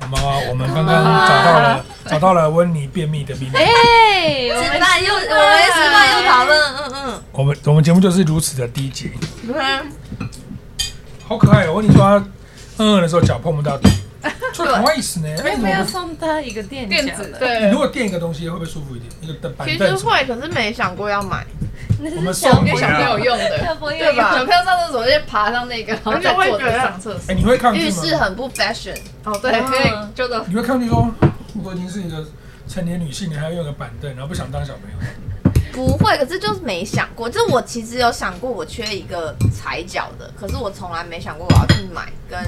我们啊，我们刚刚找到了找到了温妮便秘的秘密。哎，我吃们饭又我们吃饭又讨论，嗯我们我们节目就是如此的低级，嗯，嗯好可爱哦！我跟你说，他嗯嗯的时候脚碰不到地，这可爱死呢。哎，要怎不么要不送他一个垫电脚的？子你对如，果垫一个东西会不会舒服一点？一个凳板其实凳什么会，可是没想过要买，那我们是送小朋给友小朋友 用的。小朋友对吧用小朋友上厕所就爬上那个，然后而且再会坐觉着得上厕所。哎，你会抗拒浴室吗？很不 fashion，哦，对对，，因所为以就都你会抗拒说，我都已经是一个成年女性，你还要用个板凳，然后不想当小朋友。不会，可是就是没想过。就是我其实有想过，我缺一个踩脚的，可是我从来没想过我要去买跟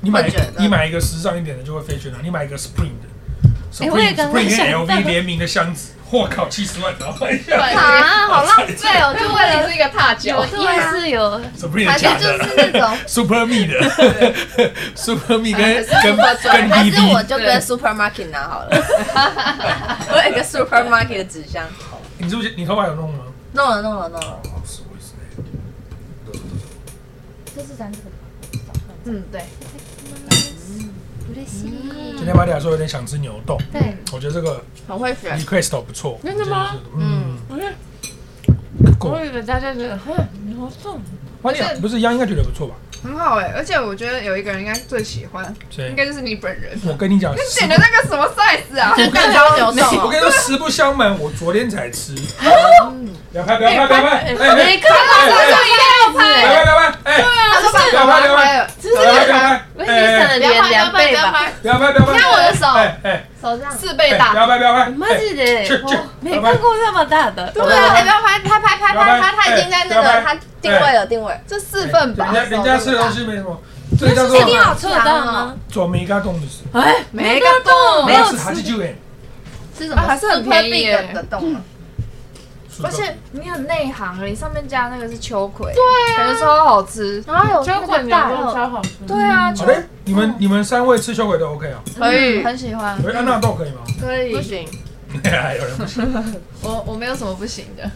你买会觉得你买一个时尚一点的就会飞去哪？你买一个 Spring 的哎我也，Spring 刚刚 Spring 想到跟 LV 联名的箱子，我靠，七十万，然后换一下啊，好浪费哦，就为了是一个踏脚有，对啊意思有 Spring 的还是假就的是那种， ，Super Me 的，Super Me 跟跟跟还是我 BB，就跟 supermarket 拿好了。我有一个 supermarket 的纸箱，你是不是你头发有弄吗？弄了弄了弄了，好是我也是就是咱这个。嗯，对，今天玛利亚说有点想吃牛冻，对，我觉得这个很会选， request 都不错，真的吗我觉得是？嗯，我够。以为大家觉得，哼，你好送，玛利亚不是一样应该觉得不错吧？很好哎，而且我觉得有一个人应该最喜欢，应谁？该就是你本人。我跟你讲，点的那个什么 size 啊？我感觉牛实我肉跟你说，实不相瞒，我昨天才吃。不要拍，不要拍，不要拍！哎哎哎没看到哎哎不拍，要拍，不要拍！哎，他说不要拍，不要拍！这不是要拍，不要拍！温妮哎生哎，的脸两倍吧？不要拍，不要拍！你看我的手哎哎，手这样，四倍哎不大，要拍，不要拍！妈哎的耶去，去我没看过那么大的，对啊，哎不要拍，拍拍拍拍拍，他已经在那个他定位了定位，这四份吧，人家人家吃的东西没什么，这个叫一定做好测得到吗？做梅干冻的食。哎，每个洞没有吃，还是就哎，吃什么？啊还是很便宜耶的 洞啊，而且你很内行了，你上面加那个是秋葵，对啊，感觉超好吃。然后有秋那葵个牛大肉肉，超好吃，对啊，好嘞，你们你们三位吃小鬼都 OK 啊？可以嗯很喜欢，喂，安娜豆可以吗？哎可不以。行，有人不行，我我没有什么不行的。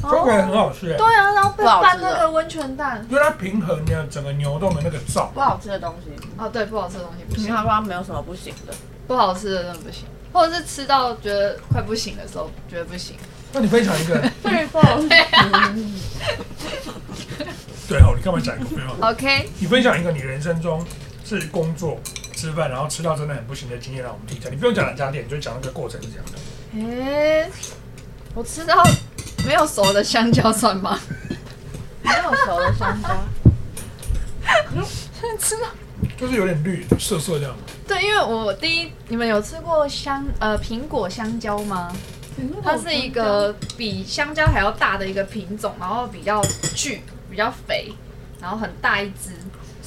小鬼很好吃哎，对啊，然后配不好拌吃的那个温泉蛋，因为它平衡了整个牛冻的那个燥。不好吃的东西，哦，对，不好吃的东西不你行，好像没有什么不行的。不好吃的真的不行，或者是吃到觉得快不行的时候，觉得不行。那你分享一个，对不？ 对哦，你干嘛讲一个废话？ OK，你分享一个你人生中是工作、吃饭，然后吃到真的很不行的经验，让我们听一下。你不用讲哪家店，你就讲那个过程是这样的。诶、我吃到没有熟的香蕉算吗？没有熟的香蕉， 吃到就是有点绿色色这样，对，因为我第一，你们有吃过香呃苹果香蕉吗？它是一个比香蕉还要大的一个品种，然后比较巨、比较肥，然后很大一只，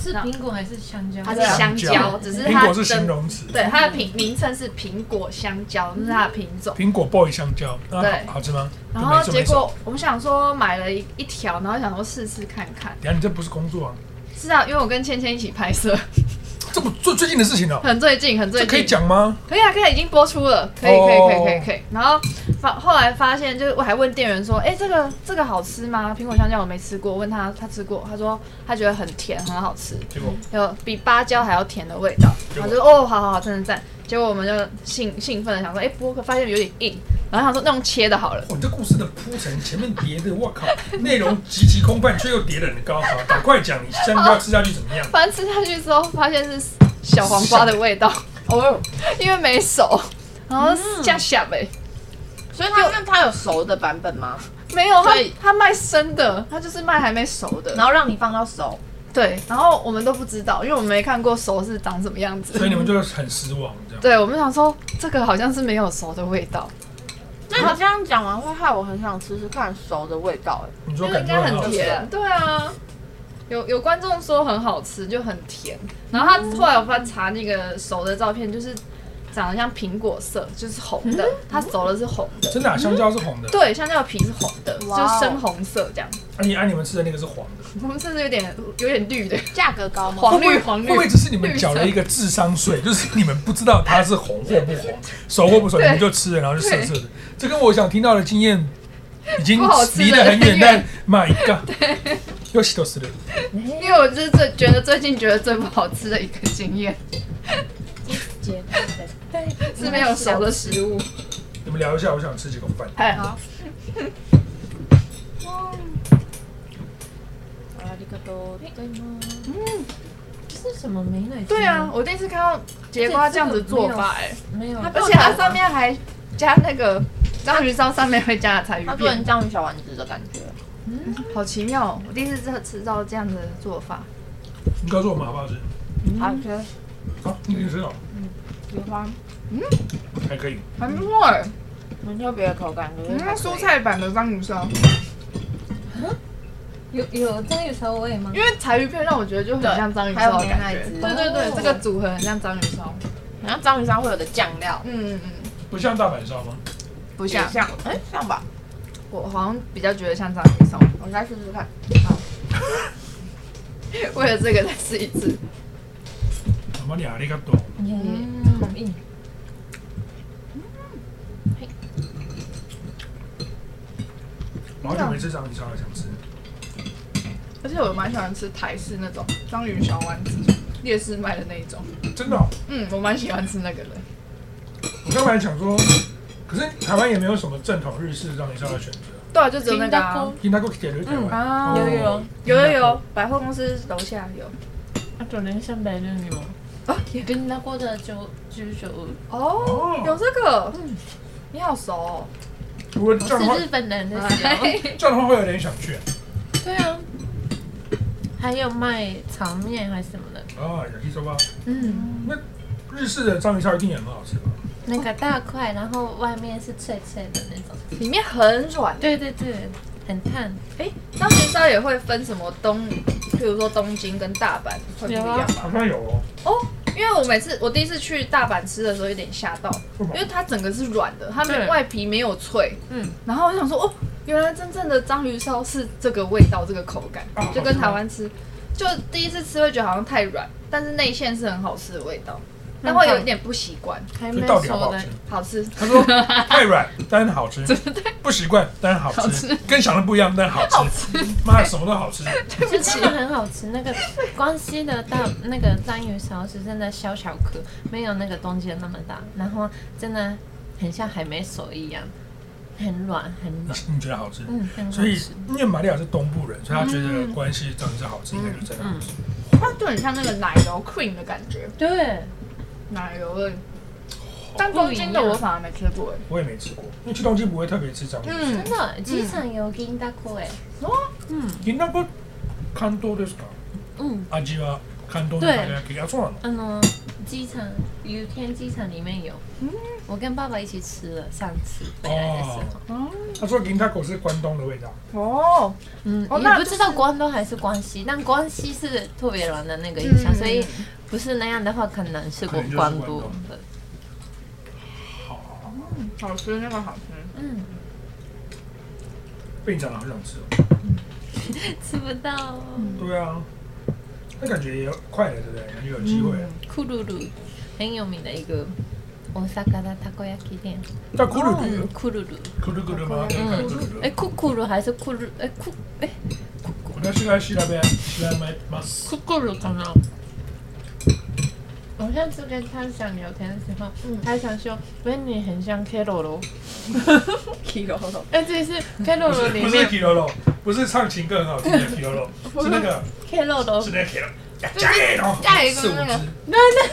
是苹果还是香蕉？它是对啊香香蕉，只是苹它果是形的容词，对它的品名称是苹果香蕉，那是它的品种。苹果 boy 香蕉，那对好好吃吗？然后就结没什么果我们想说买了一一条，然后想说试试看看没什么，等一下你这不是工作啊，是啊，因为我跟芊芊一起拍摄，这不最最近的事情哦，很最近，很最这近，可以讲吗？可以啊，可以啊，已经播出了，可以，哦可以，可以，可以，可以。然后发后来发现，就是我还问店员说，哎、这个这个好吃吗？苹果香蕉我没吃过，问他他吃过，他说他觉得很甜，很好吃，结果有比芭蕉还要甜的味道。结他果就哦，好好好，真的赞。结果我们就兴兴奋的想说，哎、剥个发现有点硬，然后想说那种切的好了。我这故事的铺陈，前面叠的，我靠，内容极其空泛，却又叠得很高。好，赶快讲你香蕉吃下去怎么样？反正吃下去之后，发现是小黄瓜的味道， 哦，嗯因为没熟，然后这样下呗、 所以它那它有熟的版本吗？没有，他所以他卖生的，他就是卖还没熟的。然后让你放到熟，对，然后我们都不知道，因为我们没看过熟是长什么样子。所以你们就很失望，这样。对，我们想说这个好像是没有熟的味道，那你这样讲完会害我很想吃吃看熟的味道，哎，你就说应感该觉很好很吃甜。对啊，有有观众说很好吃，就很甜。然后他后来我翻查那个熟的照片，就是长得像苹果色，就是红的，嗯它熟的是红的。真的、啊，香蕉是红的，对，香蕉皮是红的，就哇哦深红色这样。啊你啊你们吃的那个是黄的，我们甚至有点有点绿的，价格高吗？黄绿黄会绿。不会只是你们缴了一个智商税？就是你们不知道它是红或不红，熟或不熟，你对们就吃了，然后就涩涩的。这跟我想听到的经验已 经不好吃离得的很远，很但远 My God，又洗头死了。因为我就是最觉得最近觉得最不好吃的一个经验，间，对，是没有熟的食物。你们聊一下，我想吃几口饭。哎，好，这是什么美奶？对啊，，我第一次看到节瓜这样子做法，哎，没有，哦而且它上面还加那个章鱼烧，上面会加的柴鱼它做成片，章鱼小丸子的感觉。好奇妙哦！我第一次吃吃到这样的做法，你告诉我麻不好吃？嗯好觉得好，你已经吃了，喜欢，还可以。很不错哎，很特别的口感，就是嗯，它蔬菜版的章鱼烧，有有章鱼烧味吗？因为柴鱼片让我觉得就很像章鱼还有烧的牛感奶觉，汁，对对对哦，这个组合很像章鱼烧，好像章鱼烧会有的酱料，嗯嗯嗯，不像大阪烧吗？不不像，像，哎，像吧？我好像比较觉得像章鱼烧，我再试试 看。为了这个再试一次，什么你阿里嘎多？耶，嗯，好硬，我好久没吃章鱼烧了，想吃。而且我蛮喜欢吃台式那种章鱼小丸子，夜市卖的那一种。真的哦、嗯，我蛮喜欢吃那个的。我刚才想说，可是台湾也没有什么正统日式章鱼烧的选择。对啊，就只有那听个、到啊过。听他给我点了台湾。啊哦有有有有有，百货公司楼下有。那可能像白人牛，哦，跟那过的就就是我哦哦，有这个。嗯你好熟哦。如果这样的话是，日本人 的时哎候，这样的话会有点想去。对啊，还有卖炒面还是什么的，啊，有一说吧，嗯，那日式的章鱼烧一定也很好吃吧？那个大块，然后外面是脆脆的那种，里面很软。对对对，很烫，章鱼烧也会分什么东，譬如说东京跟大阪会不一样有啊吧？好像有哦，哦，因为我每次我第一次去大阪吃的时候有点吓到，为什因么为它整个是软的，它没对外皮没有脆。嗯，然后我想说，哦，原来真正的章鱼烧是这个味道，这个口感啊，就跟台湾哦吃，就第一次吃会觉得好像太软，但是内馅是很好吃的味道，但会有一点不习惯。还就蛮到底好不熟好的吃？？好吃，他说太软，但是好吃；不习惯，但是好吃。好吃跟想的不一样，但是好吃。妈的，什么都好吃。就真的很好吃。那个关西的大那个章鱼烧是真的小小颗，没有那个东京的那么大，然后真的很像海绵手一样，很软很软，你觉得好吃？嗯，很好所以吃。，因为玛利亚是东部人，所以她觉得关西章鱼烧好吃，应该就这样。嗯，它就很像那个奶油 cream 的感觉，对，奶油味。但东京的我反而没吃过哎，我也没吃过，因为去东京不会特别吃章鱼烧。嗯真，的机场有金大库哎，哦，嗯你那个関東ですか？嗯，味は関東のたこ焼き。あ、そうなの。啊喏，机场有天机场里面有，我跟爸爸一起吃了上次回来的时候，他说银泰口是关东的味道。嗯哦，嗯，哦你那不就知道关东还是关西，但关西是特别软的那个印象，嗯所以不是那样的话，可能是可我能就是关关东东的。好，好吃，那个好吃，嗯，被你讲的好想吃哦。吃不到。对啊，那感觉也快了，对不对？感觉有机会了。库鲁鲁很有名的一个大阪的 takoyaki 店，但咕噜嗯咕，库鲁鲁，咕噜咕噜吗？嗯咕噜咕，哎，噜。库库鲁还是库鲁，哎库，哎私が調べ調べます。库库鲁可能。我上次跟他想聊天的时候，他想说 v e n y 很像 k e r o r o 哎，这是 k e r 不 o r o 是里不是面 k i r o r o 不是唱情歌很好听的 k i r o r o 是那个 k e r o r o 是那个 k i r o r o 加一龙，下一个四五那个只，那那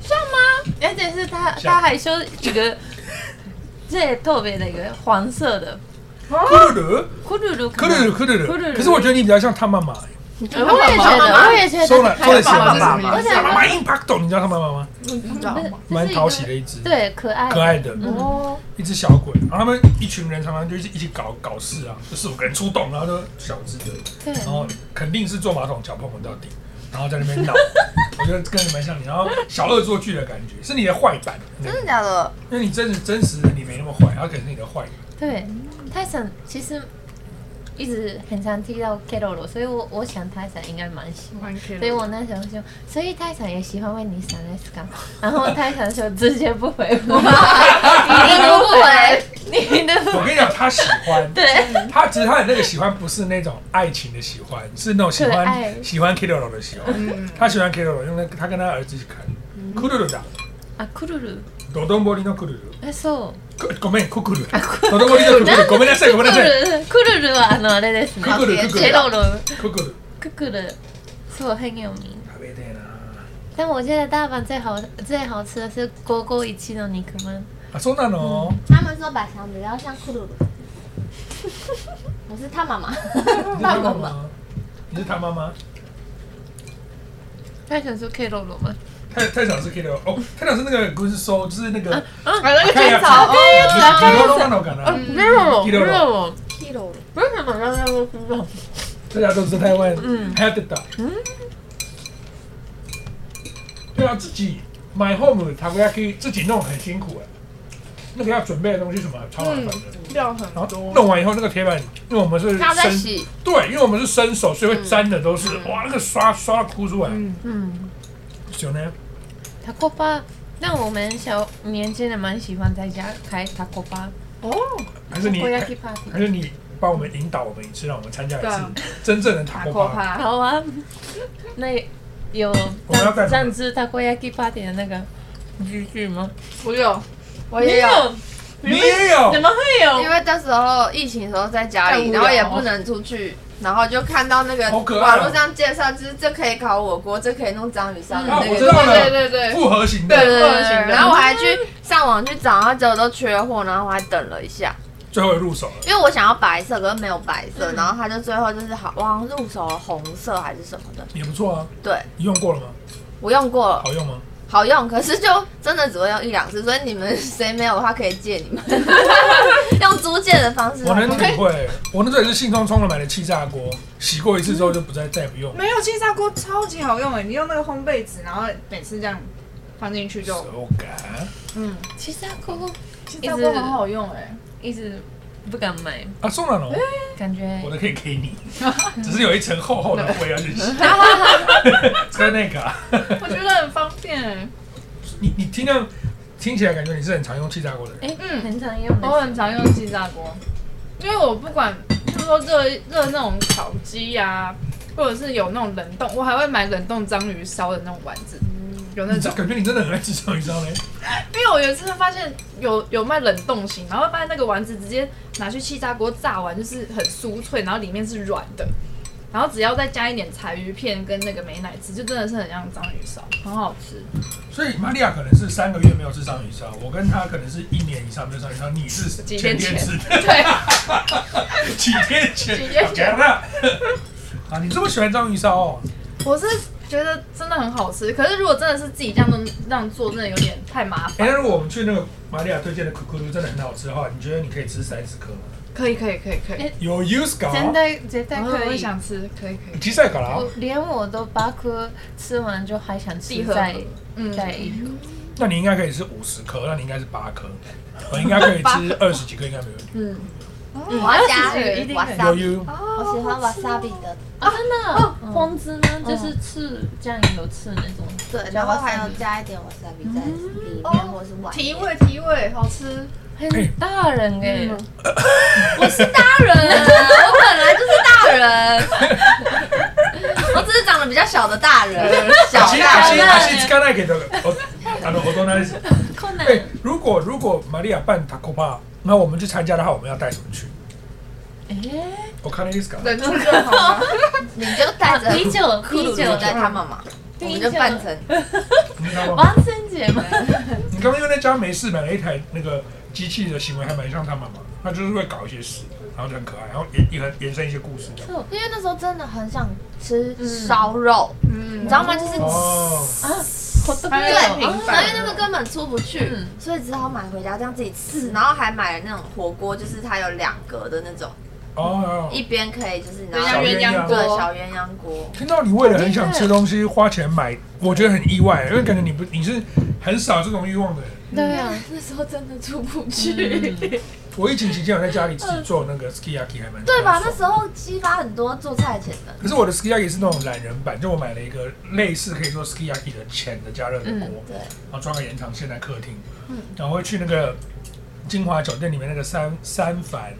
像吗？而且是他像他还说一个最特别的一个黄色的咕噜咕噜咕噜噜，咕噜嗯咕噜噜。噜可是我觉得你比较像他妈妈，欸呃我也觉得，我也觉得收了收了太棒爸了爸而吗？且他妈妈它 impact，你知道他妈妈吗？不知道不是蛮讨喜的，这是一只一个，对，嗯可爱可爱的。哦，一只小鬼，然后他们一群人常常就是一起搞搞事啊，就四五个人出动，然后就小只的，对，然后肯定是坐马桶脚碰不到底，然后在那边 闹，我觉得跟你蛮像你，然后小恶作剧的感觉，是你的坏版，真的假的？因为你真实真实的你没那么坏，他可能是你的坏版。对，泰森其实一直很常提到 k e r o r o 所以我我想泰森应该蛮喜欢。蛮所以 K 的。我那时候就，所以泰森也喜欢问你想 e s 然后泰森说直接不回我，一定不回，你的我跟你讲，他喜欢， 对。他只是他的那个喜欢不是那种爱情的喜欢，是那种喜可欢爱嗯喜欢 Kiroro 的喜欢，他喜欢 Kiroro，因为他跟他儿子一起看，Kuroro 的，あ、くるる。ドドンボリのクルル。え、そくごめん、ククル。ドドンボリのククル。ごめんなさい、ごう。めんなくさい。るる、くるるはあのあれですね。ククル、ククチェル。ロロ。ククル。くくる。そう、很有名。食べてえな。但我觉得大阪最好最好吃的是锅锅一气の肉まん。あ、そうなの。他们说把小女要像库鲁鲁，我是他妈妈，那那我们。你是他妈妈？他想说 K 肉肉吗？太太长是 K 的哦，太长是那个 Good Soul，就是那个嗯反正赤いやつ。赤いやつ。色々なのかな？肉肉肉肉，屁鲁鲁，为什么让他们吃肉？大家都知道台湾，嗯还要得到。对啊，自己买 home 他们要可以自己弄，很辛苦哎。那个要准备的东西什么超麻烦的，料很然后弄完以后那个铁板，因为我们啊是他要再生洗，对，因为我们是生手，所以会粘的都是哇，那个刷刷到哭出来。嗯嗯，就呢，塔锅巴。那我们小年轻人蛮喜欢在家开塔锅巴，哦还是你 Takoyaki party 还是你帮我们引导我们一次，让我们参加一对次啊真正的打塔扣科巴。趴，好啊。那有我们要干什么赞助塔锅 yaki party 的那个句句吗？我有，我没也有。有，你也有怎么会因有？为那时候疫情的时候在家太无里，聊然后也不能出去，然后就看到那个好可爱哦网络上介绍，就是这可以烤火锅，这可以弄章鱼烧的啊，那我个知道对了，对对，复合型对的，嗯对不对能行的然后我还去上网去找，然后结果都缺货，然后我还等了一下，最后入手了。因为我想要白色，可是没有白嗯色，然后他就最后就是好，我好像入手了红色还是什么的，也不错啊，对你用过了吗？我用过了，好用吗？好用，可是就真的只会用一两次，所以你们谁没有的话可以借你们，用租借的嗯方式。我能体会，我那时候也是兴冲冲的买的气炸锅，洗过一次之后就不再再也不用了。没有气炸锅超级好用哎，你用那个烘焙纸，然后每次这样放进去就，手感嗯，其实阿姑气炸锅很好用哎，一直不敢买，啊，送了哦，感觉我的可以给你，只是有一层厚厚 的灰要去洗。 在那个啊，我觉得很方便哎，你你听到听起来感觉你是很常用气炸锅的人，哎、嗯很常用的。我很常用气炸锅，因为我不管，就是说热热那种烤鸡呀、或者是有那种冷冻，我还会买冷冻章鱼烧的那种丸子，有那你这种。感觉你真的很爱吃章鱼烧嘞。因为我有一次发现有有卖冷冻型，然后发现那个丸子直接拿去气炸锅炸完，就是很酥脆，然后里面是软的，然后只要再加一点柴鱼片跟那个美乃滋，就真的是很像章鱼烧，很好吃。所以玛利亚可能是三个月没有吃章鱼烧，我跟她可能是一年以上没有章鱼烧，你是几前天天前吃的。 对，几天前，几天前好了。啊，你这么喜欢章鱼烧哦？我是觉得真的很好吃，可是如果真的是自己这样弄这样做，真的有点太麻哎、烦。如果我们去那个玛利亚推荐的可可露真的很好吃的话，你觉得你可以吃三十颗吗？可以可以可以可以，有 use 搞，真的绝对我可也以。想吃，哎可以可以。鸡赛搞了我。连我都巴克吃完就还想吃闭合再嗯，再一个。那你应该可以吃五十颗，那你应该是八颗，我应该可以吃二十几颗，应该没问题。嗯我要加嗯一定可以有 wasabi，有，我哦喜欢 wasabi 的，啊，真的，哦风汁呢，就是刺酱油刺那种。对，加然 wasabi 后还有加一点 wasabi 在里面哦或是外提面。味提味，好吃。哎很大人哎， 我是大人，我本来就是大人， 我只是长得比较小的大人，小其实大其实人。其实刚才给的，哦，あの大人です。困哎、难。如果如果玛利亚办 taco bar，那我们去参加的话，我们要带什么去？哎，我看那 use 搞，忍住就好了。你就带着啤酒，骷啤酒髅酒带他妈妈，我们就扮成你知道吗？万圣节嘛，你刚刚因为在家没事买了一台那个机器的行为，还蛮像他妈妈，他就是会搞一些事，然后就很可爱，然后延延延伸一些故事这样。因为那时候真的很想吃烧肉，你嗯知，道吗？就是哦，我都不还有对，平然有。板后因为那个根本出不去，嗯所以只好买回家这样自己吃，然后还买了那种火锅，就是它有两格的那种，哦，一边可以就是拿人家小鸳鸯鸳鸯对锅，小鸳鸯锅，听到你为了很想吃东西花钱买，我觉得很意外，因为感觉你不你是很少这种欲望的人。对啊，那时候真的出不去，我疫情期间有在家里自己做那个 skiaki，还蛮对吧？那是。时候激发很多做菜的潜能。可是我的 skiaki 是那种懒人版，就我买了一个类似可以做 skiaki 的浅的加热的锅，对，然后装个延长线在客厅，然后会去那个金华酒店里面那个三三凡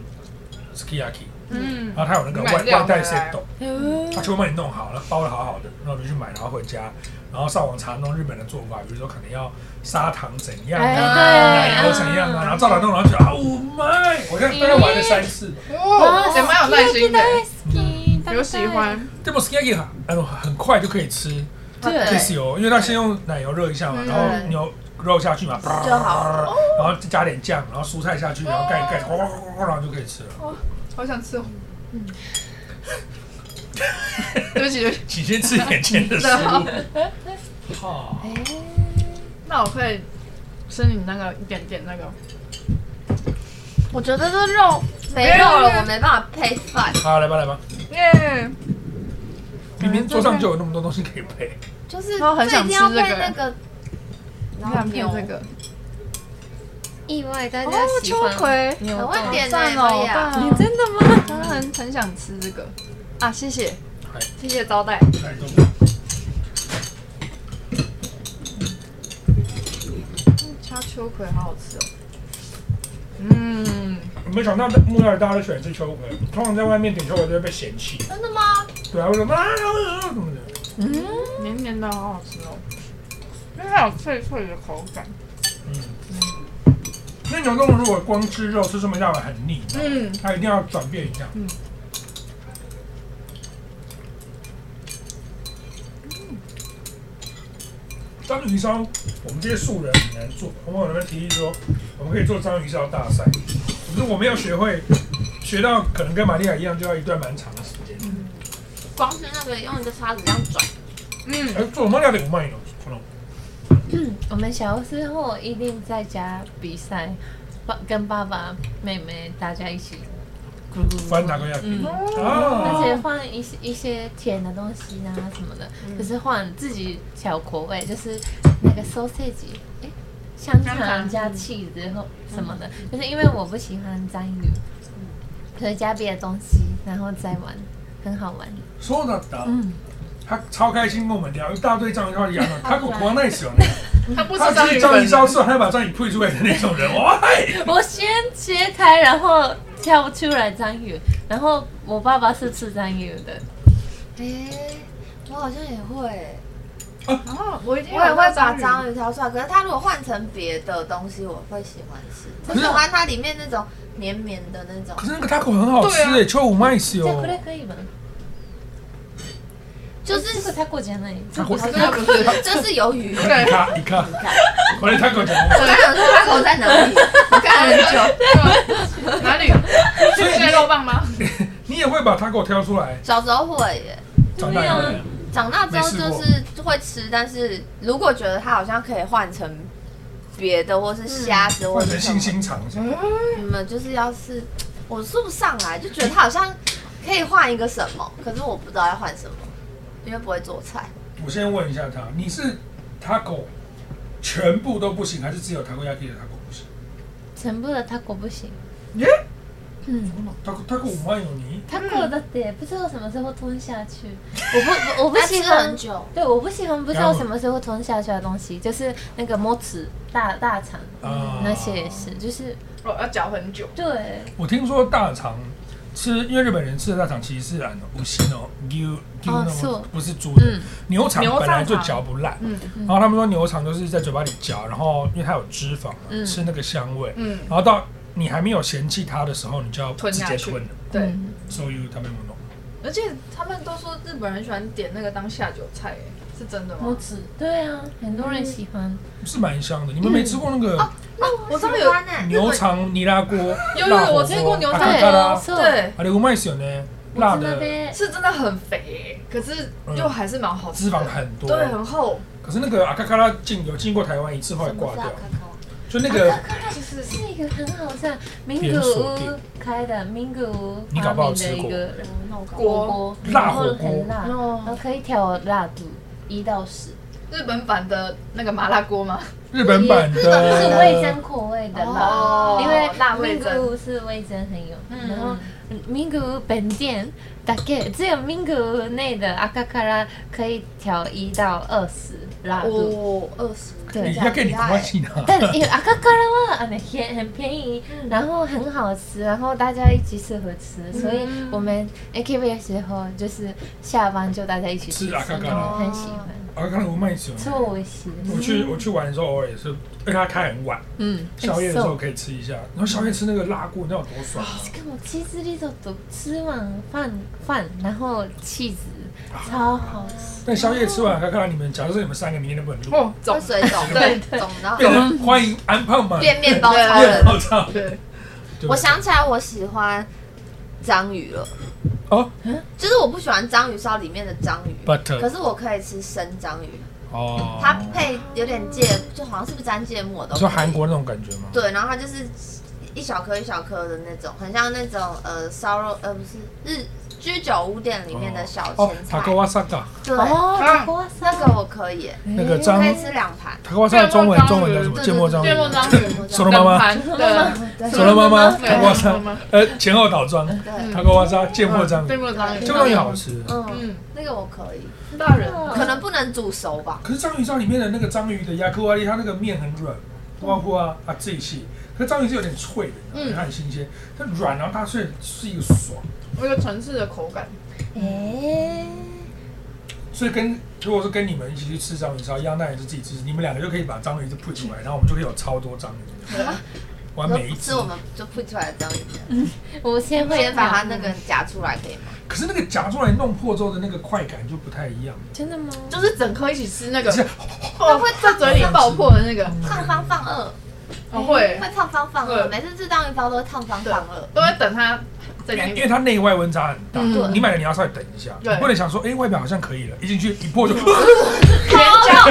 skiaki。嗯，然后它有那个买外料外带回来嗯 set，它全部帮你弄好了，包的好好的，然后你去买，然后回家，然后上网查弄日本的做法，比如说可能要砂糖怎样哎，啊，对，奶油怎样啊，然后照着弄，然后就啊，我妈！我现在大概玩了三次。哦，也蛮有耐心的，的有喜，欢，这么 skinny 很，哎呦很快就可以吃，对这是油，因为它先用奶油热一下嘛，然后牛肉下去嘛，嗯就好哦了然后再加点酱，然后蔬菜下去，然后盖一盖，哗哗哗哗，然后就可以吃了。好想吃哦。 对不起，对不起，请先吃眼前的食 物。好，哎那我可以吃你那个一点点那个，我觉得这肉没肉没有了，我没办法配饭，好，来吧来吧，耶！明明桌上就有那么多东西可以配，就是我很这想一吃定要这个配那个，然你后想牛点这个意外大家哦，喜秋欢葵，牛很冻会啊点赞奶哦，呀，你真的吗？真的很很想吃这个啊！谢谢嗨，谢谢招待。太多。掐秋葵好好吃哦。嗯，没想到木料理大家都喜欢吃秋葵，通常在外面点秋葵都会被嫌弃。真的吗？对啊，为什么啊啊啊怎么的？黏黏的，好好吃哦。因为它有脆脆的口感。那牛冻如果光吃肉吃这么大碗很腻，嗯，它一定要转变一下。嗯章鱼烧，我们这些素人很难做。我有人提议说，我们可以做章鱼烧大赛，可是我没有学会，学到可能跟玛利亚一样，就要一段蛮长的时间。嗯光是那个用一个叉子这样转，嗯，哎，做玛利亚的我慢一点，可能我们小时候一定在家比赛，爸跟爸爸、妹妹大家一起咕咕咕翻哪个样？嗯，而且啊，换一些一些甜的东西啊什么的，可是换自己小口味，就是那个 sausage，哎，香香肠肠加 cheese 然后什么的，就是因为我不喜欢章鱼，所以加别的东西然后再玩，很好玩。そうだった。嗯，他超开心跟我们聊一大堆章鱼烧的 样子，他跟我国内使用 的，它不他是章是鱼章鱼本烧人，吃完还把章鱼退出来的那种人，哇嘿！ 我先切开，然后挑出来章鱼，然后我爸爸是吃章鱼的。哎，我好像也会，然后我已经我也会把鱼，章鱼挑出来，可是它如果换成别的东西，我会喜欢吃，可我是喜欢它里面那种绵绵的那种可，是那个 taco 很好吃对诶，超うまいっすじゃあこよ。れがいいわ。就是タコじゃない。タコちょっと对啊，不是，就是鱿鱼。你看，你看，これ taco じゃない。我刚想说它口在哪里，我看了很久。哪里？所以是蟹肉棒吗？你也会把 taco 挑出来，小时候会耶，长大以后呢长大之后就是会吃，但是如果觉得它好像可以换成别的，或是虾子，或换者成什星么，星肠什么的。你们就是要是我说不上来，就觉得它好像可以换一个什么，可是我不知道要换什么，因为不会做菜。我先问一下他，你是 taco 全部都不行，还是只有 taco yaki 的 taco 不行全部的タコ不行。耶嗯， ？taco taco うまいのに。タコだって不知道什么时候吞下去。我不，我不它喜嗯吃很欢。久，对，我不喜欢不知道什么时候吞下去的东西，就是那个摸子大大肠啊那些也是，就是我要嚼很久。对我听说大肠吃，因为日本人吃的大肠其实是按五星哦，牛牛那种素不是猪的嗯牛肠牛本来就上肠嚼不烂，嗯然后他们说牛肠就是在嘴巴里嚼，然后因为它有脂肪嘛，嗯吃那个香味，嗯，然后到你还没有嫌弃它的时候，你就要直吞下接去吞了。对，嗯 So you 他们不懂，而且他们都说日本人喜欢点那个当下酒菜，哎，是真的摸吗？子，对啊，很多人喜欢。是蛮香的。你们没吃过那嗯个我知道喜有欢欸牛肠泥拉锅？哦哎有辣火有，锅我吃过牛啊肠咔咔啦锅，そう对，啊，你有卖有呢，辣我知道的呗是真的很肥，可是又还是蛮好嗯吃脂的，肪很多，对，啊很厚，可是那个阿卡卡拉进有进过台湾一次，后来什么挂是阿掉卡，哦卡？就那个。就是是一个很好像名连古锁屋店开的名古屋你搞不好发明的吃过一个锅火锅，辣然火后锅很辣，哦然后可以调辣度一到十，日本版的那个麻辣锅吗？日本版日本是味的增口味的辣，哦因为辣味名古增，屋是味增很有，嗯然后名古屋本店だけ只有名古屋内的阿卡卡拉可以调一到二十辣度。我二十，对你要给你关系呢。 但因为阿卡卡拉はあの便啊很便宜，然后很好吃，然后大家一起适合吃，所以嗯我们 AKB 的时候就是下班就大家一起吃阿卡卡真的拉很喜欢。啊阿卡罗麦酒，超美味しいです。我去我去玩的时候，偶尔也是，因为它开很晚，嗯，宵夜的时候可以吃一下。哎然后宵夜吃那个辣锅，你知道有多爽？啊しかもチーズリゾット吃完饭饭，然后 cheese 超好吃。但宵夜吃完，看看你们，假如说你们三个明天能不能录，哦，会走，水肿，对肿到变成欢迎安胖们变面包超面人。包超人。对，对我想起来，我喜欢章鱼了。哦就是我不喜欢章鱼烧里面的章鱼，可，butter 是我可以吃生章鱼，哦，它配有点芥，就好像是不是沾芥末的你？说韩国那种感觉吗？对，然后它就是一小颗一小颗的那种，很像那种呃烧肉，呃不是日居酒屋店里面的小哦前，菜。哎塔克瓦萨嘎，对，哦，嗯タコワ那サ个我可以耶，那个我章可以吃两盘。塔克瓦萨的中文中文叫什么？对芥末章鱼芥吗。末章鱼，索罗妈妈，冷盘的， 对索罗妈妈，对塔克瓦索萨罗妈妈，呃，前后倒装，对，塔克瓦萨，芥末嗯章鱼，芥末章鱼，芥末章鱼好吃。嗯，嗯，那个我可以，大人，可能不能煮熟吧。可是章鱼烧里面的那个章鱼的亚克瓦利，它那个面很软，嗯包括啊啊这一些。可是章鱼是有点脆的，你知道吗它很新鲜，它软然后它是是一个爽，那个城市的口感，诶，所以跟如果是跟你们一起去吃章鱼烧一样，那也是自己吃，你们两个就可以把章鱼就 put 出来，然后我们就可以有超多章鱼，玩就每一只嗯吃。我们就配出来的章鱼，我先会先把它那聊个夹出来可以吗？可是那个夹出来弄破之后的那个快感就不太一样，真的吗？就是整颗一起吃那而个，且哦会在嘴里爆破的那个，烫方放二，哦会，会烫方放二，对每次吃章鱼烧都会烫方放二。都会等它再因为讲因一为它内外温差很大，嗯你买了你要稍微等一下，对嗯你不能想说哎、外表好像可以了，一进去一破就超厚，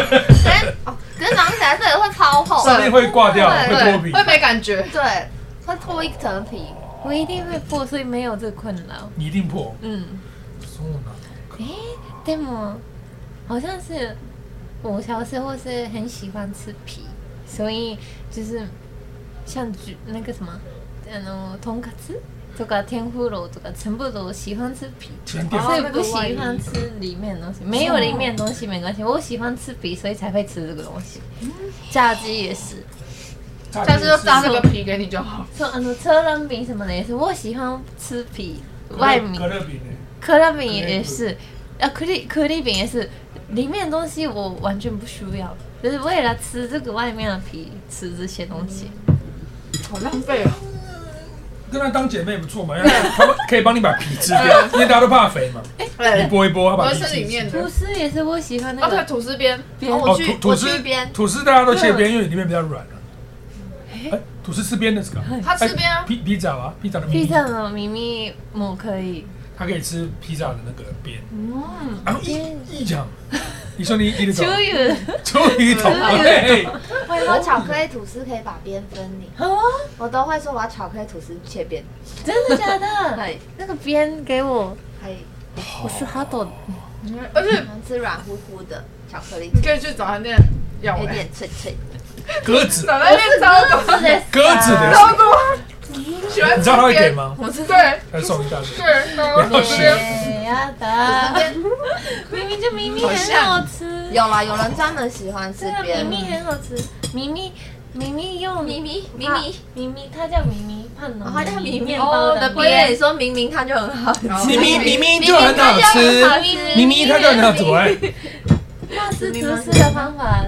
可是哦，可是早上起来这里会超厚， 上面会挂掉，对会脱皮对，。会没感觉，对，会脱一层皮。我一定会破，所以没有这困扰。你一定破。嗯，そうなんだでも好像是我小时候是很喜欢吃皮，所以就是像举那个什么，呃あのトンカツとか天妇罗とか全部都喜欢吃皮。甜点所以不喜欢吃里面的东西，没有里面的东西没关系。我喜欢吃皮，所以才会吃这个东西。炸鸡也是，下下次就炸那个皮给你就好，像啊，车轮饼什么的也是，我喜欢吃皮。外面可乐饼呢？可乐饼也是，啊，可丽可丽饼也是，里面的东西我完全不需要，就是为了吃这个外面的皮，吃这些东西。好浪费哦，跟她当姐妹不错嘛，因为她们可以帮你把皮吃掉， 因为大家都怕肥嘛，一对，波一波，她我把会皮吃吃里面掉。的吐，司也是我喜欢那哦对，个吐司边，边，哦哦，我去吐吐我司去边吐司大家都切嗯边，因为里面比较软啊。哎，吐司吃边的是吧？它吃边啊哎，披披萨啊，披萨的披披萨的咪咪我可以。它可以吃披萨的那个边。嗯，然后一一讲，你说你一的头秋，雨，终于懂了。嘿我有没有巧克力吐司可以把边分离？哦，我都会说我要巧克力吐司切边。真的假 的？对，那个边给我，还我是哈斗。而且喜欢嗯吃软乎乎的巧克力你，可以去早餐店要有欸，点脆脆。鸽子，早餐店超多鸽子的，超多，喜欢你吃知道他会给边，吗？我知道，对还送一大堆。对，然不后要吃吃边，哎呀的， 明明就明明很好吃。 有啦，有人专门喜欢吃这个边咪。咪很好吃，咪咪咪咪用咪咪咪它咪，咪咪，它叫咪咪哦胖龙，啊哦它叫咪咪面包我的以为你说明明它就很好吃，然后明明明明就很好吃，明明它就很好吃。喂，那是吐司的方法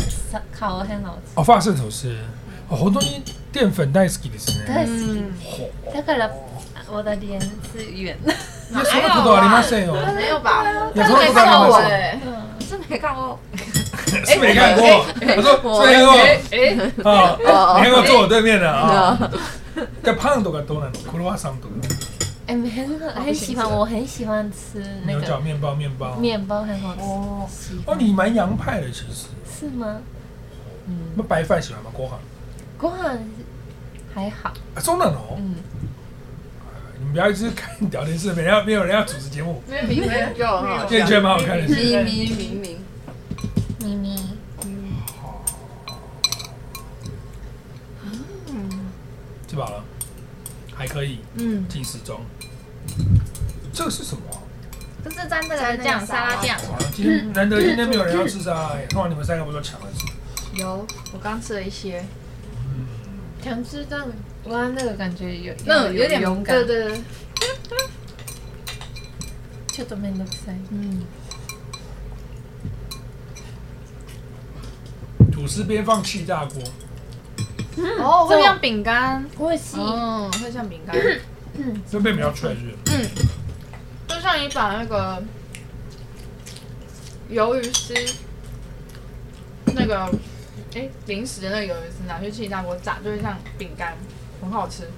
烤很好吃。哦，法式吐司，哦，本当に淀粉大好きですね。大好き嗯，だから我的脸是圆的。いやそんなことありませんよ。没有吧？いやそんなことあり我ません。哎是没看过。是没看过，我说是没哎看哎，过啊，没看过坐我对面的啊。嗯在胖都个多呢，クロワッサンとか哎，很好，很喜欢，我很喜欢吃那牛角个面包面包。面包，很好吃。哦喜哦，欢你蛮洋派的其实。是吗？那白饭喜欢吗？国行。ご飯还好，啊，そうなの？嗯，你们不要一直看聊天室，没人要没有人要主持节目。那里面就很好电笑，圈蛮好看的。咪咪明明，咪咪。吃饱了，还可以嗯，进食中。这个是什么啊？就是沾这蘸酱沙拉酱，哇，今天难得今天没有人要吃沙拉耶，通常你们三个不都抢了吃？有，我刚吃了一些，想吃但哇，那个感觉有那有点勇敢，对对对，ちょっと面倒くさい。嗯，司边放气炸锅，哦，会像饼干，我也是嗯，会像饼干，这边比较脆是不就像你把那个鱿鱼丝那个哎零食的那个鱿鱼丝拿去气炸锅炸，就会像饼干，很好吃，是，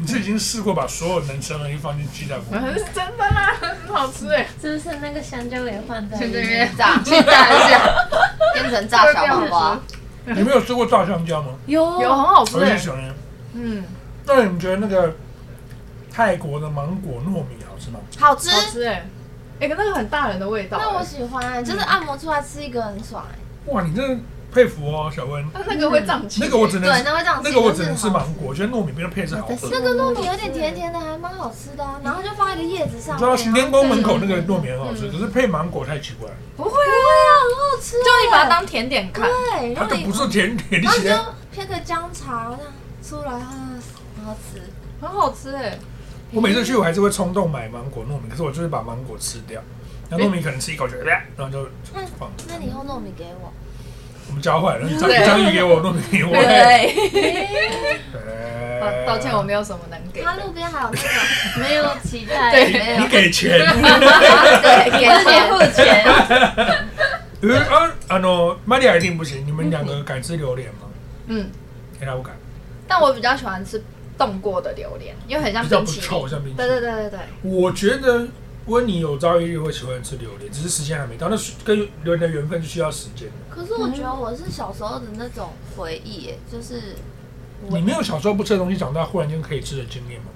你是已经试过把所有能吃的东西放进气炸锅，嗯是 真的啦，很好吃哎，是不是那个香蕉也放在里对对面？对， 炸，去炸一下，变成炸小黄 瓜。你们有吃过炸香蕉吗？有有很好吃我也哎，喜欢。嗯，那你们觉得那个泰国的芒果糯米好吃吗？好吃，好吃哎，哎，可那个很大人的味道欸，那我喜欢、啊就是按摩出来吃一个很爽、欸。哇，你真的佩服哦，小温。那那个会胀气，嗯那个我只能对，那会这样吃。那个我只能就是吃好芒果，我觉得糯米比较配是好我的。那个糯米有点甜甜的，还蛮好吃的、啊。然后就放在一个叶子上你面。啊知道行天宫门口那个糯米米很好吃，可是配芒果太奇怪了，不会啊，很好吃欸。就你把它当甜点看，对，它然后就你不是甜点，你然后喜你欢就配个姜茶这样出来，啊，很好吃。很好吃哎，我每次去我还是会冲动买芒果糯米，可是我就是把芒果吃掉，然后糯米可能吃一口就，然后就那放。那你以后糯米给我。我们交换，然后你章章鱼给我，糯米给我。啊对抱歉我没有什么能给的它，路边还有那个，没有期待，对没有你给钱。对，给直接钱。付钱。呃啊，啊喏，玛利亚一定不行，你们两个敢吃榴莲吗？嗯，其他不敢，但我比较喜欢吃冻过的榴莲，因为很像比较冰不淇臭，淋，像冰淇对淋对。对对对。我觉得温妮有朝一日会喜欢吃榴莲，只是时间还没到。那是跟榴莲的缘分是需要时间的。可是我觉得我是小时候的那种回忆耶，就是你没有小时候不吃的东西，长大忽然间可以吃的经验吗？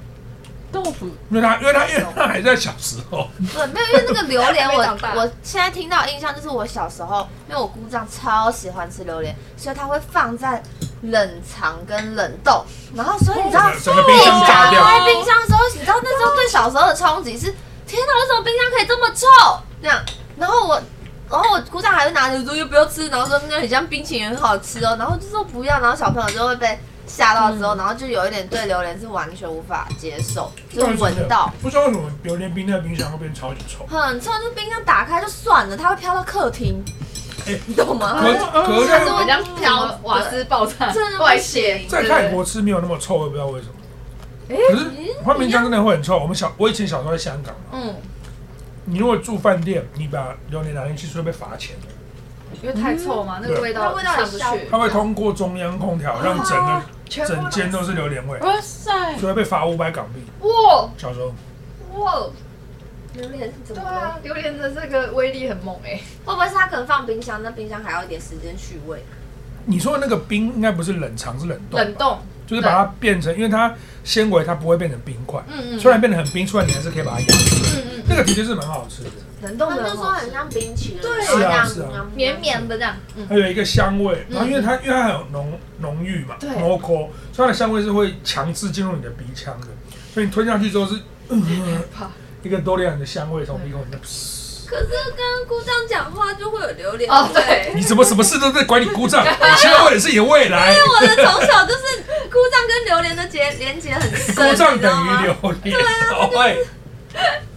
豆腐因为他，因为他，因为他还在小时候。 对，没有，因为那个榴莲，还没我长大我现在听到印象就是我小时候，因为我姑丈超喜欢吃榴莲，所以他会放在冷藏跟冷冻，然后哦所以你知道，整个冰箱你炸打掉。开冰箱的时候，你知道那时候对小时候的冲击是，天哪，为什么冰箱可以这么臭？这样，然后我。然后我姑丈还会拿着说又不要吃，然后说那很像冰淇淋，很好吃哦。然后就说不要，然后小朋友就会被吓到嗯之后，然后就有一点对榴莲是完全无法接受，就是闻到。不知道为什么榴莲冰在冰箱会变超级臭。很臭，就冰箱打开就算了，它会飘到客厅，哎你懂吗？可可它在是会很像飘瓦斯爆炸真的不行外泄，在泰国吃没有那么臭，我也不知道为什么。可是换冰箱真的会很臭。我们小我以前小时候在香港嘛，嗯，你如果住饭店，你把榴莲拿进去是会被罚钱的。因为太臭嘛，那个味那道味道上也不去消。它会通过中央空调让整个全部整间都是榴莲味，哇塞，所以被罚五百港币。哇小时候，哇，榴莲是怎对么了？啊，榴莲的这个威力很猛哎，会不会是它可能放冰箱，那冰箱还要一点时间去味？你说的那个冰应该不是冷藏，是冷冻。冷，冻，就是把它变成，因为它纤维它不会变成冰块，嗯嗯虽然变得很冰，出来你还是可以把它压住。嗯嗯，那个的确是蛮好吃的，冷他冻们的就说很像冰淇淋，对是啊是啊绵绵的这样，嗯，它有一个香味，然后嗯因为它因为它很浓浓郁嘛对，local，所以它的香味是会强制进入你的鼻腔的，所以你吞下去之后是，嗯怕一个多利亚的香味从鼻孔里面。噗可是跟姑丈讲话就会有榴莲哦味。对，你怎么什么事都在管你姑 丈？你现在为的是你的未来，我的从小就是姑丈跟榴莲的结连结很深，姑丈你知道等于吗？榴莲。哦喂，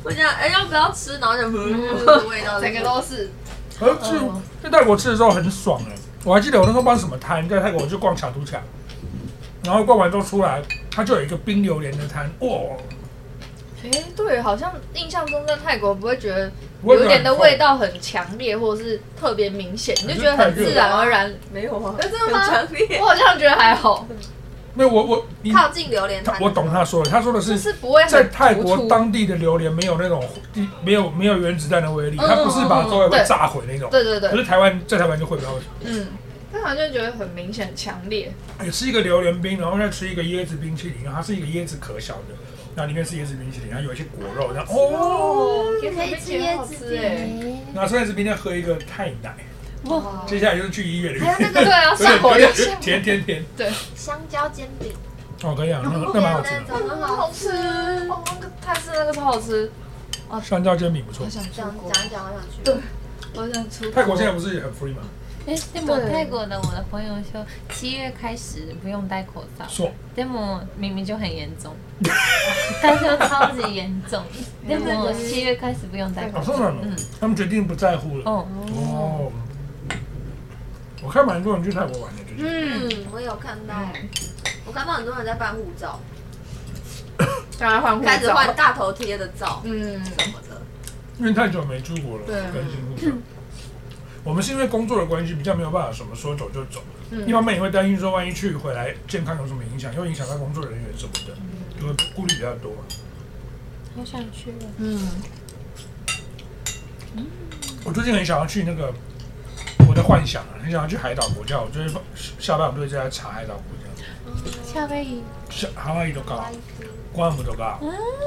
我想哎、要不要吃，然后就嗯 味道，整个都是，而且在泰国吃的时候很爽哎、我还记得我那时候不知道什么摊，在泰国我就逛卡都卡，然后逛完之后出来，它就有一个冰榴莲的摊，哇，哎，对，好像印象中在泰国不会觉得不会榴莲的很臭味道很强烈，或者是特别明显，你就觉得很自然而然。没有啊，真的很吗强烈。我好像觉得还好，没有我我你靠近榴莲他摊，我懂他说的，他说的就是是不会很在泰突国出当地的榴莲没有那种地没有没有原子弹的威力，嗯它不是把周围会对炸毁那种。对对可对，是台湾在台湾就会不知道为什么，嗯，但好像就觉得很明显很强烈，哎吃一个榴莲冰，然后再吃一个椰子冰淇淋，然后它是一个椰子壳小的，然后里面是椰子冰淇淋，然后有一些果肉，然后啊哦，也可以吃欸椰子哎。饼，然后吃椰子冰再喝一个泰奶。哇，接下来就是去医院里面还有那 个对啊，上火有就点上甜甜甜。香蕉煎饼，哦，可以啊，那个那蛮好吃的，那种很好吃。哦，那个泰式那个超好吃，香蕉煎饼不错我。想出讲国，讲一讲，我想去。对我想出泰国现在不是也很 free 吗？哎，でも泰国的我的朋友说，七月开始不用戴口罩。说でも明明就很严 重，但是又超级严 重。でも七月开始不用戴啊，口嗯そう罩。なの哦嗯，他们决定不在乎了。哦，哦，我看蛮多人去泰国玩的，就是嗯，嗯，我有看到，我看到很多人在办护照，大家换护开始换照，大头贴的照嗯，什么的。因为太久没出国了，对嗯更新护照。我们是因为工作的关系，比较没有办法什么说走就走。嗯一方面也会担心说，万一去回来健康有什么影响，又影响到工作人员什么的，嗯就会顾虑比较多。好想去了。我最近很想要去那个我的幻想啊，很想要去海岛国家。我就是下班我就一直在查海岛国家，夏威夷像ハワイとかグアムとか、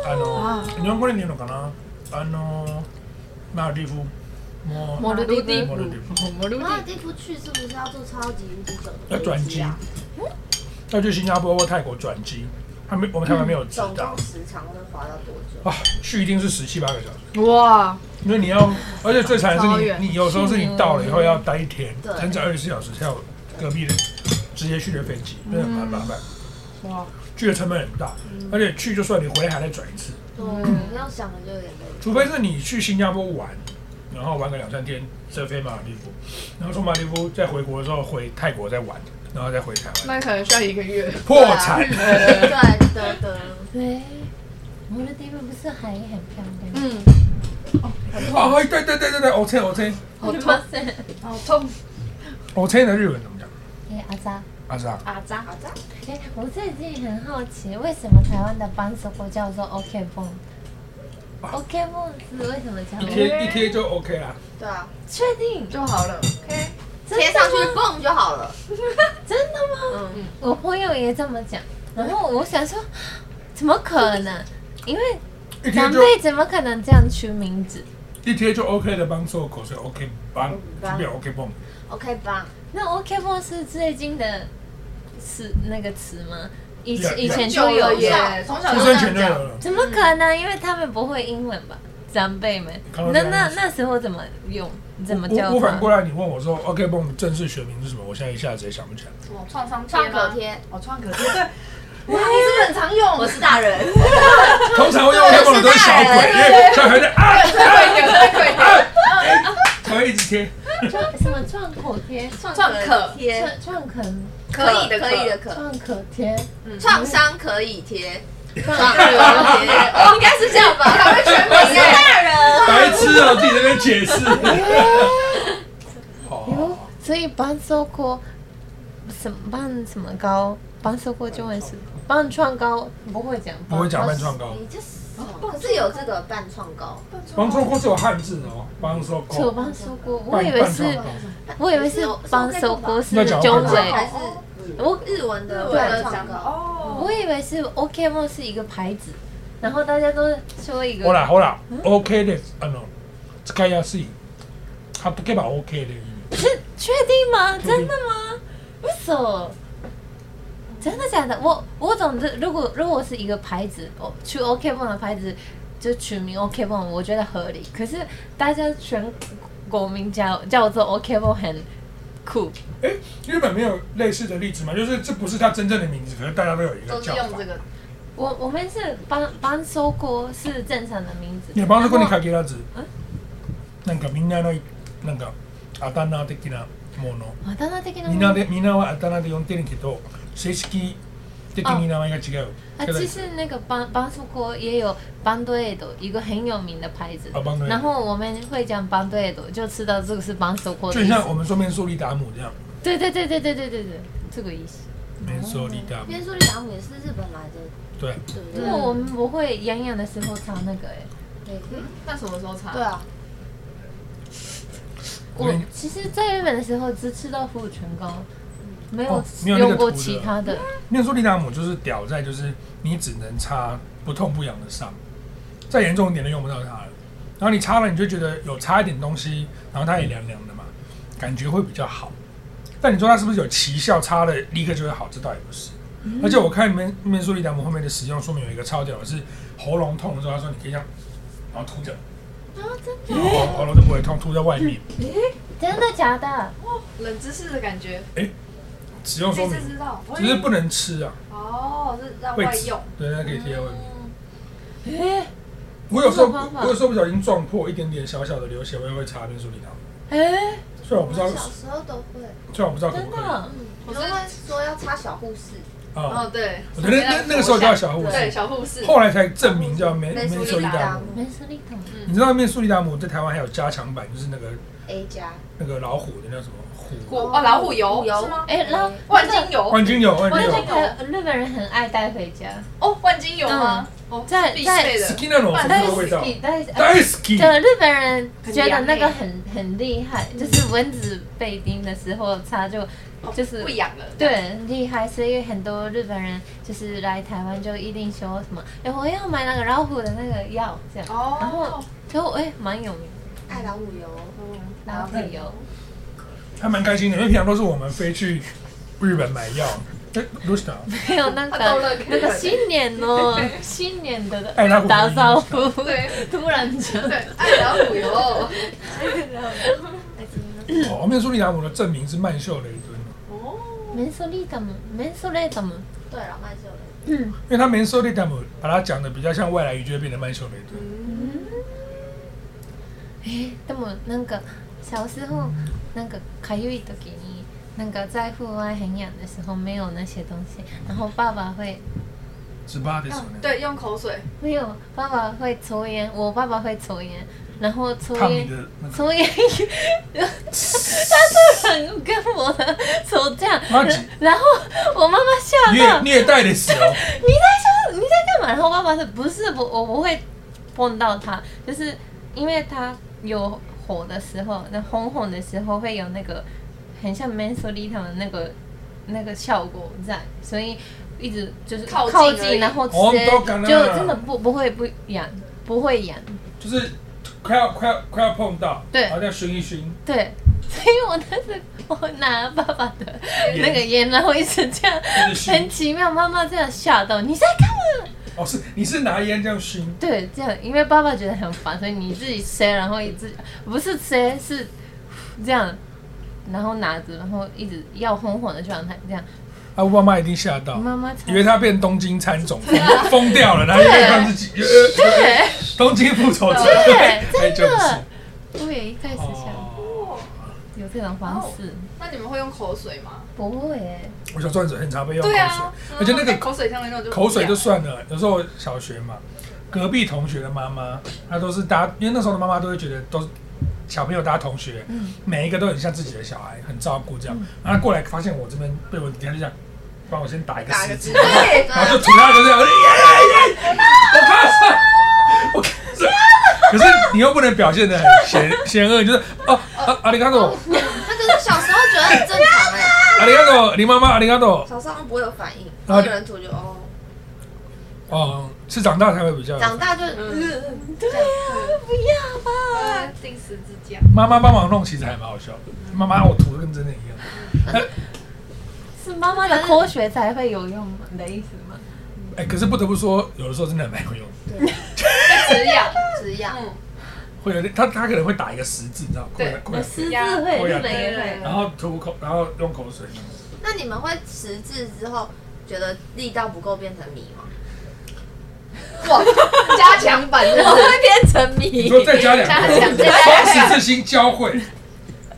あ啊の日本語で言うのかな、あのマルディブも摩ル鲁地地摩夫ルディブ摩鲁那地地不去是不是要坐超级无敌久要的转飞机机啊？，要去新加坡或泰国转机，还没我们台湾没有知总道共啊时长会花到多久？啊，去一定是十七八个小时。夫，哇，因为你要，而且最惨的超是远你，你有时候是你到了以后要待一天，对甚至二十四小时才有隔壁的直接去的飞机，那很麻烦。哇，去的成本很大，而且去就算你回来还得转一次，嗯，要想的就有点 累。除非是你去新加坡玩，然后玩个两三天，再飞马尔地夫，然后从马尔地夫再回国的时候回泰国再玩，然后再回台湾，那可能需要一个月，破产。对对对，对，摩洛地夫不是海也很漂亮？嗯，哦，对对对对对，OK OK 好痛，痛！好痛， OK 的日文怎么讲？ 哎，阿扎，阿是啊，阿扎，好的，哎，我最近很好奇，为什么台湾的班手国叫做 OK 蹦哇？OK 蹦是为什么叫一 OK？贴一贴就 OK 啦。对啊，确定？就好了，真的贴上吗去蹦就好了。真的吗？嗯，我朋友也这么讲，然后我想说， 怎么可能？因为一贴长就辈怎么可能这样取名字？一贴就 OK 的帮做口水 OK 帮，就变 OK 泵。 OK 吧？那 OK 蹦是最近的词那个词吗？以对啊前以前就久有了耶，耶，从小出就生这前样就有讲，了，怎么可能？因为他们不会英文吧？长辈们刚刚，那在那那那时候怎么用？怎么叫我我反过它？来，你问我说，OK 泵正式学名是什么？我现在一下子也想不起来。我创伤贴创吗可，贴，哦，创可贴，对，哇，你是不是很常用，我是大人， 通常会用 OK 泵的都是小鬼，因为小鬼在啊啊可以直贴。创什么创口贴？创创可贴，创创可可以的可以的可，创可 贴？创伤可以贴，创创可以贴， 哦，应该是这样 吧？还嗯会全名是大人，白痴哦，自己在那边解释。哟哦，，所以半瘦锅什么半什么高？半瘦锅中文是半创高，不会讲。不会讲半创高，你这死哦可是有这个半创高，帮说锅是有汉字的哦，帮说只有锅。半瘦锅，我半以为半创是高，我以为是半瘦锅是中对文还，是我日文的对半创高？哦，我以为是 OK 梦是一个牌子，然后大家都说一ほら个。ほら、OK です。あの使いやすい。貼っとけば OK でいい。是确定吗？定真的吗？为什么？真的假的？我我总之，如果如果是一个牌子，哦，去 OK 梦的牌子就取名 OK 梦，我觉得合理。可是大家全国民叫叫做 OK 梦很酷，哎，日本没有类似的例子吗？就是这不是他真正的名字，可是大家都有一个都是叫用法这。个，我我们是班班收锅是正常的名字。你帮助过你然后卡吉拉子，なんかみんなのなんかあだ名的なもの。あだ名的なみもんなのでみんなはあだ名で呼んでるけど、正式的に名前が違う。啊，其实那个邦邦苏国也有邦对的一个很有名的牌子，啊邦对的然后我们会讲邦对的，就知道这个是邦苏国的就意像我思。们说面苏利达姆这样，对对对对对对对对，这个意思。面苏利达姆边说达姆也是日本来的，对，对不因对嗯为？我们不会养养的时候查那个哎、嗯那什么时候查？对啊，我我跟你其实在日本的时候只吃到福全膏，没哦有没有那个用过涂的其他的。面苏利达姆就是屌在就是你只能擦不痛不痒的伤，再严重一点的用不到它了。然后你擦了，你就觉得有擦一点东西，然后它也凉凉的嘛，感觉会比较好。但你说它是不是有奇效？擦了立刻就会好，这倒也不是。而且我看面面苏利达姆后面的使用说明有一个超屌的是，喉咙痛的时候，他说你可以这样，然后涂着，然后喉喉咙就不会痛，涂在外 面。 真的假的？冷知识的感觉，使用第说一明次知道，只是不能吃啊，哦，是让会外吃用，，对，那可以贴在外面。哎我有时候这种方法我有时候不小心撞破一点点小小的流血，我也会擦面苏利达姆，哎，虽然我不知道我，小时候都会，虽然我不知道可真不可以。的，我都会说要插小护士，啊，哦，对，我觉得那那个时候叫小护对士，小护士，后来才证明叫梅梅美苏苏利利达姆。达没事力桶，你知道面苏利达姆在台湾还有加强版，就是那个 A 加那个老虎的那叫什么虎果哦老虎油油是吗？哎，然后万金油万金油，万金那油个台日本人很爱带回家，哦，万金油吗？哦，在必在备的。 ，skin 那种什么味道，带带。大好 き。对，日本人觉得那个很很厉害，就是蚊子被叮的时候，他就嗯哦就是不痒了。对，很厉害，所以很多日本人就是来台湾就一定说什么，哎、我要买那个老虎的那个药这样，哦，然后就哎蛮、有名，爱老虎油，嗯老虎油，还蛮开心的，因为平常都是我们飞去日本买药。哎，どう した？还有那他都乐个开那个新年 哦，新年的爱哎老虎打招呼，对 突然间，对，爱老虎油。哦，面苏利达姆的证明是曼秀雷敦，哦，门锁利达姆，门锁利达姆， 对了，慢秀雷，嗯，因为他曼秀雷达姆把它讲的比较像外来语，就会变成曼秀雷敦。嗯哎、でもなんか小时候なんかかゆい時になんか在户外很痒的时候没有那些东西，然后爸爸会。十八的时候呢，对，用口水。没有，爸爸会抽烟，我爸爸会抽烟，然后抽烫你烟，的那个抽烟， 他突然跟我吵架妈吉，然后我妈妈吓虐到，虐待的时候， 你在说你在干嘛？然后爸爸说不是我我不会碰到他，就是因为他有火的时候，那红红的时候会有那个很像 m a n s o l i t a 的那个那个效果在，所以一直就是靠近靠而已近，然后直哦接都敢啊就真的不不会不痒，不会痒，就是快要快要快要碰到，对然后再熏一熏，对。所以我那时我拿爸爸的那个烟，然后一直这样，就是很熏。奇妙，妈妈这样吓到，你在干嘛？哦，是你是拿烟这样熏，对，这样，因为爸爸觉得很烦，所以你自己塞，然后一直不是塞，是这样，然后拿着，然后一直要红红的状态，这样。啊，我爸妈一定吓到。妈啊妈才以为他变东京参总，疯疯掉了，然后又让自己，对，东京复仇者，对，真的 哎，我也一开始就是想哦有这种方式，那你们会用口水吗？不会耶，我小时候很常被用口对水，啊，而且那嗯个口水香的那种就口水就算了，有时候小学嘛，隔壁同学的妈妈，她都是大家，因为那时候的妈妈都会觉得都是小朋友搭同学，嗯每一个都很像自己的小孩，很照顾这样。然后她过来发现我这边被我底下就这样，帮我先打一个打个十字 字，，然后就吐到就这样，我就耶耶耶，我看上，我看上。可是你又不能表现的很嫌嫌恶，你就是哦啊阿里嘎多，那可是小时候觉得很正常哎，阿里嘎多，你妈妈阿里嘎多， 小时候好像不会有反应，然然后后有人吐就哦，哦，是长大才会比较有。长大就嗯对，呃定时之家。妈妈帮忙弄，其实还蛮好笑的。妈妈，我涂的跟真的一样。是妈妈的口水才会有用吗你的意思吗？哎、可是不得不说，有的时候真的很没有用，止痒，只要嗯，会有点他他可能会打一个十字，你知道吗？对过来狮子会，会啊日本也会，然后涂口，然后用口水。那你们会迟滞之后觉得力道不够变成迷吗？哇，加强版的我会变成你迷，说再加两加两个，个双十字星交汇，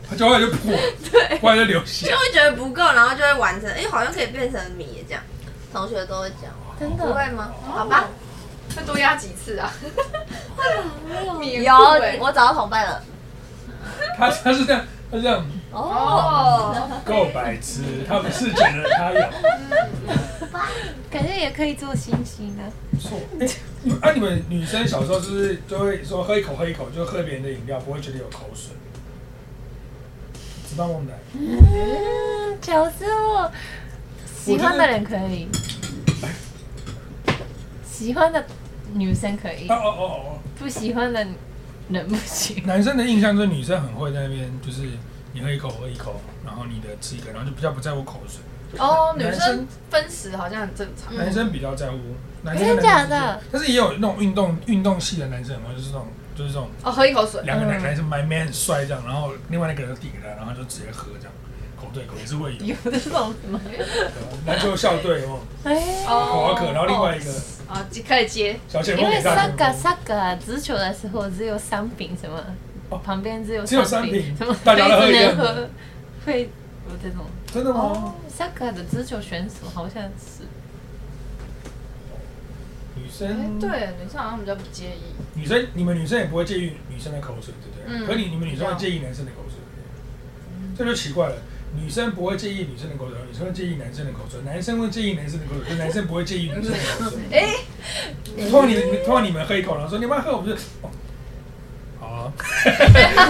它交汇就破，对，不然就流血就。会觉得不够，然后就会完成，哎，好像可以变成迷这样。同学都会讲，哦真不的会吗？好吧，会多压几次啊？ 有你很酷欸我找到同伴了。他他是这样，他是这样，哦，够白痴，他不是觉得他有感觉也可以做星星啊的，错。哎、你们啊，你们女生小时候是不是就会说喝一口喝一口，就喝别人的饮料，不会觉得有口水？知道我们来。嗯，小时候喜欢的人可以，喜欢的女生可以哦，哦哦哦。不喜欢的人不行。男生的印象就是女生很会在那边，就是你喝一口喝一口，然后你的吃一个，然后就比较不在乎口水。哦，女男生生分食好像很正常。男生比较在乎，男生嗯真的假男生的就是？但是也有那种运动运动系的男生，然后就是这种就是这种哦，喝一口水。两个男嗯男生 my man 摔这样，然后另外那个人递给他，然后就直接喝这样，口对口也是 会有有的这种什么？篮球校队有没有哎，哦口啊哦渴，然后另外一个啊，可以接。小前因锋为给 s 他 a g a s a g a 足球的时候只有三饼什么，哦旁边只有只有三三瓶什么大家都喝非一只能样喝 会有这种真的吗哦？，萨卡的足球选手好像是女哎生，对，女生好像比较不介意。女生你们女生也不会介意女生的口水，对不对？嗯可你你们女生会介意男生的口水，嗯对不对这就奇怪了。女生不会介意女生的口水，女生会介意男生的口水，男生会介意男生的口水，可是男生不会介意女生的口 水。哎、通常你们通常你们喝一口，然后说你们要喝，我们就哦，好啊，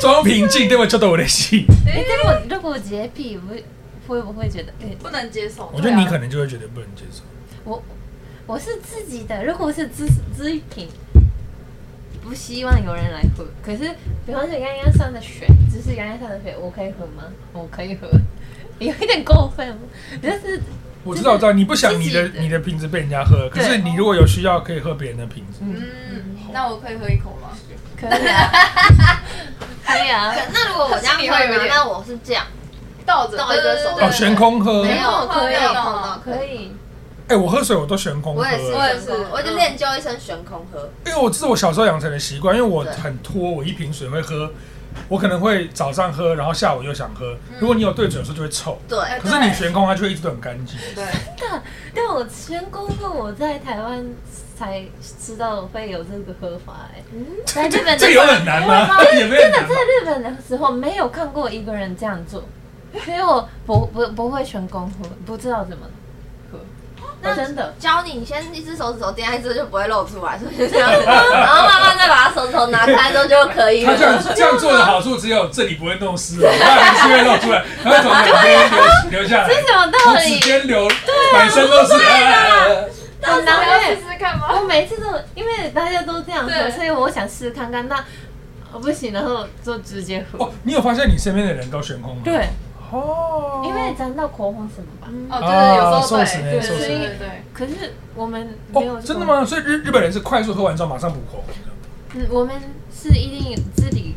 装平静，对吧？叫到我的戏，哎，但我如果洁癖，我会会不会觉得哎、不能接受。我觉对得啊你可能就会觉得不能接受。我我是自己的，如果是自自品，不希望有人来喝。可是，比方说刚刚上的水，只是刚刚上的水，我可以喝吗？我可以喝， 有一点过分，但是我知道，我知道，你不想你的自己的你的瓶子被人家喝，可是你如果有需要，可以喝别人的瓶子。嗯，那我可以喝一口吗？可以啊， 可以啊可。那如果我这样心里会有喝点呢，啊那我是这样，倒着倒一个手对对对哦，对悬空喝，没哎、有可以没哦有碰到可可以。以，我喝水我都悬空喝、我也是，哎我也也是是，我就练就一身悬空喝。因为我这是我小时候养成的习惯，因为我对很拖，我一瓶水会喝，我可能会早上喝，然后下午又想喝。如果你有对准的时候就会臭，对，哎可是你悬空它就会一直都很干净。对，但我全功课我在台湾才知道会有这个喝法哎、在日本的这个时有候很难吗？也没有很真的难在吗。日本的时候没有看过一个人这样做，所以我不不不会全功喝，不知道怎么喝。那真的，教你，你先一只手指头掂在这就不会露出来，所以就这样子，然后慢慢再把它手指头拿开之后就可以他这了。样这样做的好处只有这里不会弄湿了，它还是会露出来，它会从两边流流下来，这什么道从指理？尖流，满身都是。哎很那难 我要哎试！试看吗？我每次都因为大家都这样喝，对所以我想试看看，那呃不行，然后就直接喝。哦，你有发现你身边的人都悬空吗？，对，哦，因为沾到口红什么吧。哦，对对，有时啊候瘦对死人对瘦死对人对对，可是我们没有、哦，真的？吗？所以日日本人是快速喝完之后马上补口红的。嗯，我们是一定自己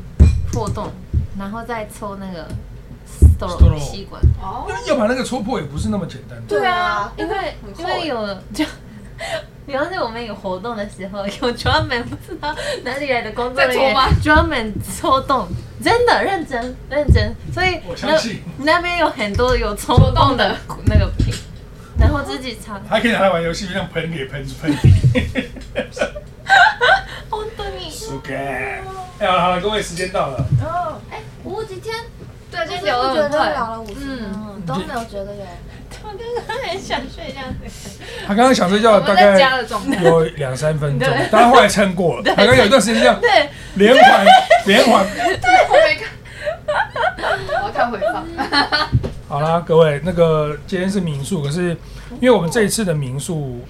破洞，然后再抽那个 Straw 吸管。哦，因为要把那个戳破也不是那么简单。对啊，因为很厚因为有就， 比方说我们有活动的时候，有专门不知道哪里来的工作人在抽员吗专门抽动，真的认真认真，所以我相那信那边有很多有抽抽动动的的那个瓶，然后自己擦。还可以拿来玩游戏，让喷给喷出喷。哦本当に苏格， 哎，好了好了，各位时间到了，哦，我几天对，今真天的聊不得觉很得快，嗯聊了五十分了，都没有觉得有。我刚刚很想睡觉，他刚刚想睡我啊觉，大们在家概的状 态，有两三分钟对，但他后来撑过了。他刚刚有一段时间这样对，连环连环。我没看，我要看回放。好啦，各位，那个今天是民宿，可是因为我们这一次的民宿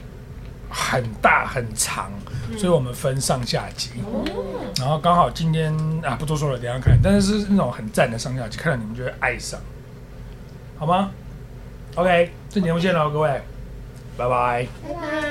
很大很长，所以我们分上下集。然后刚好今天啊，不多说了，等一下看。但是是那种很赞的上下集，看到你们就会爱上，好吗？OK，这节目见喽，各位，拜拜。拜拜。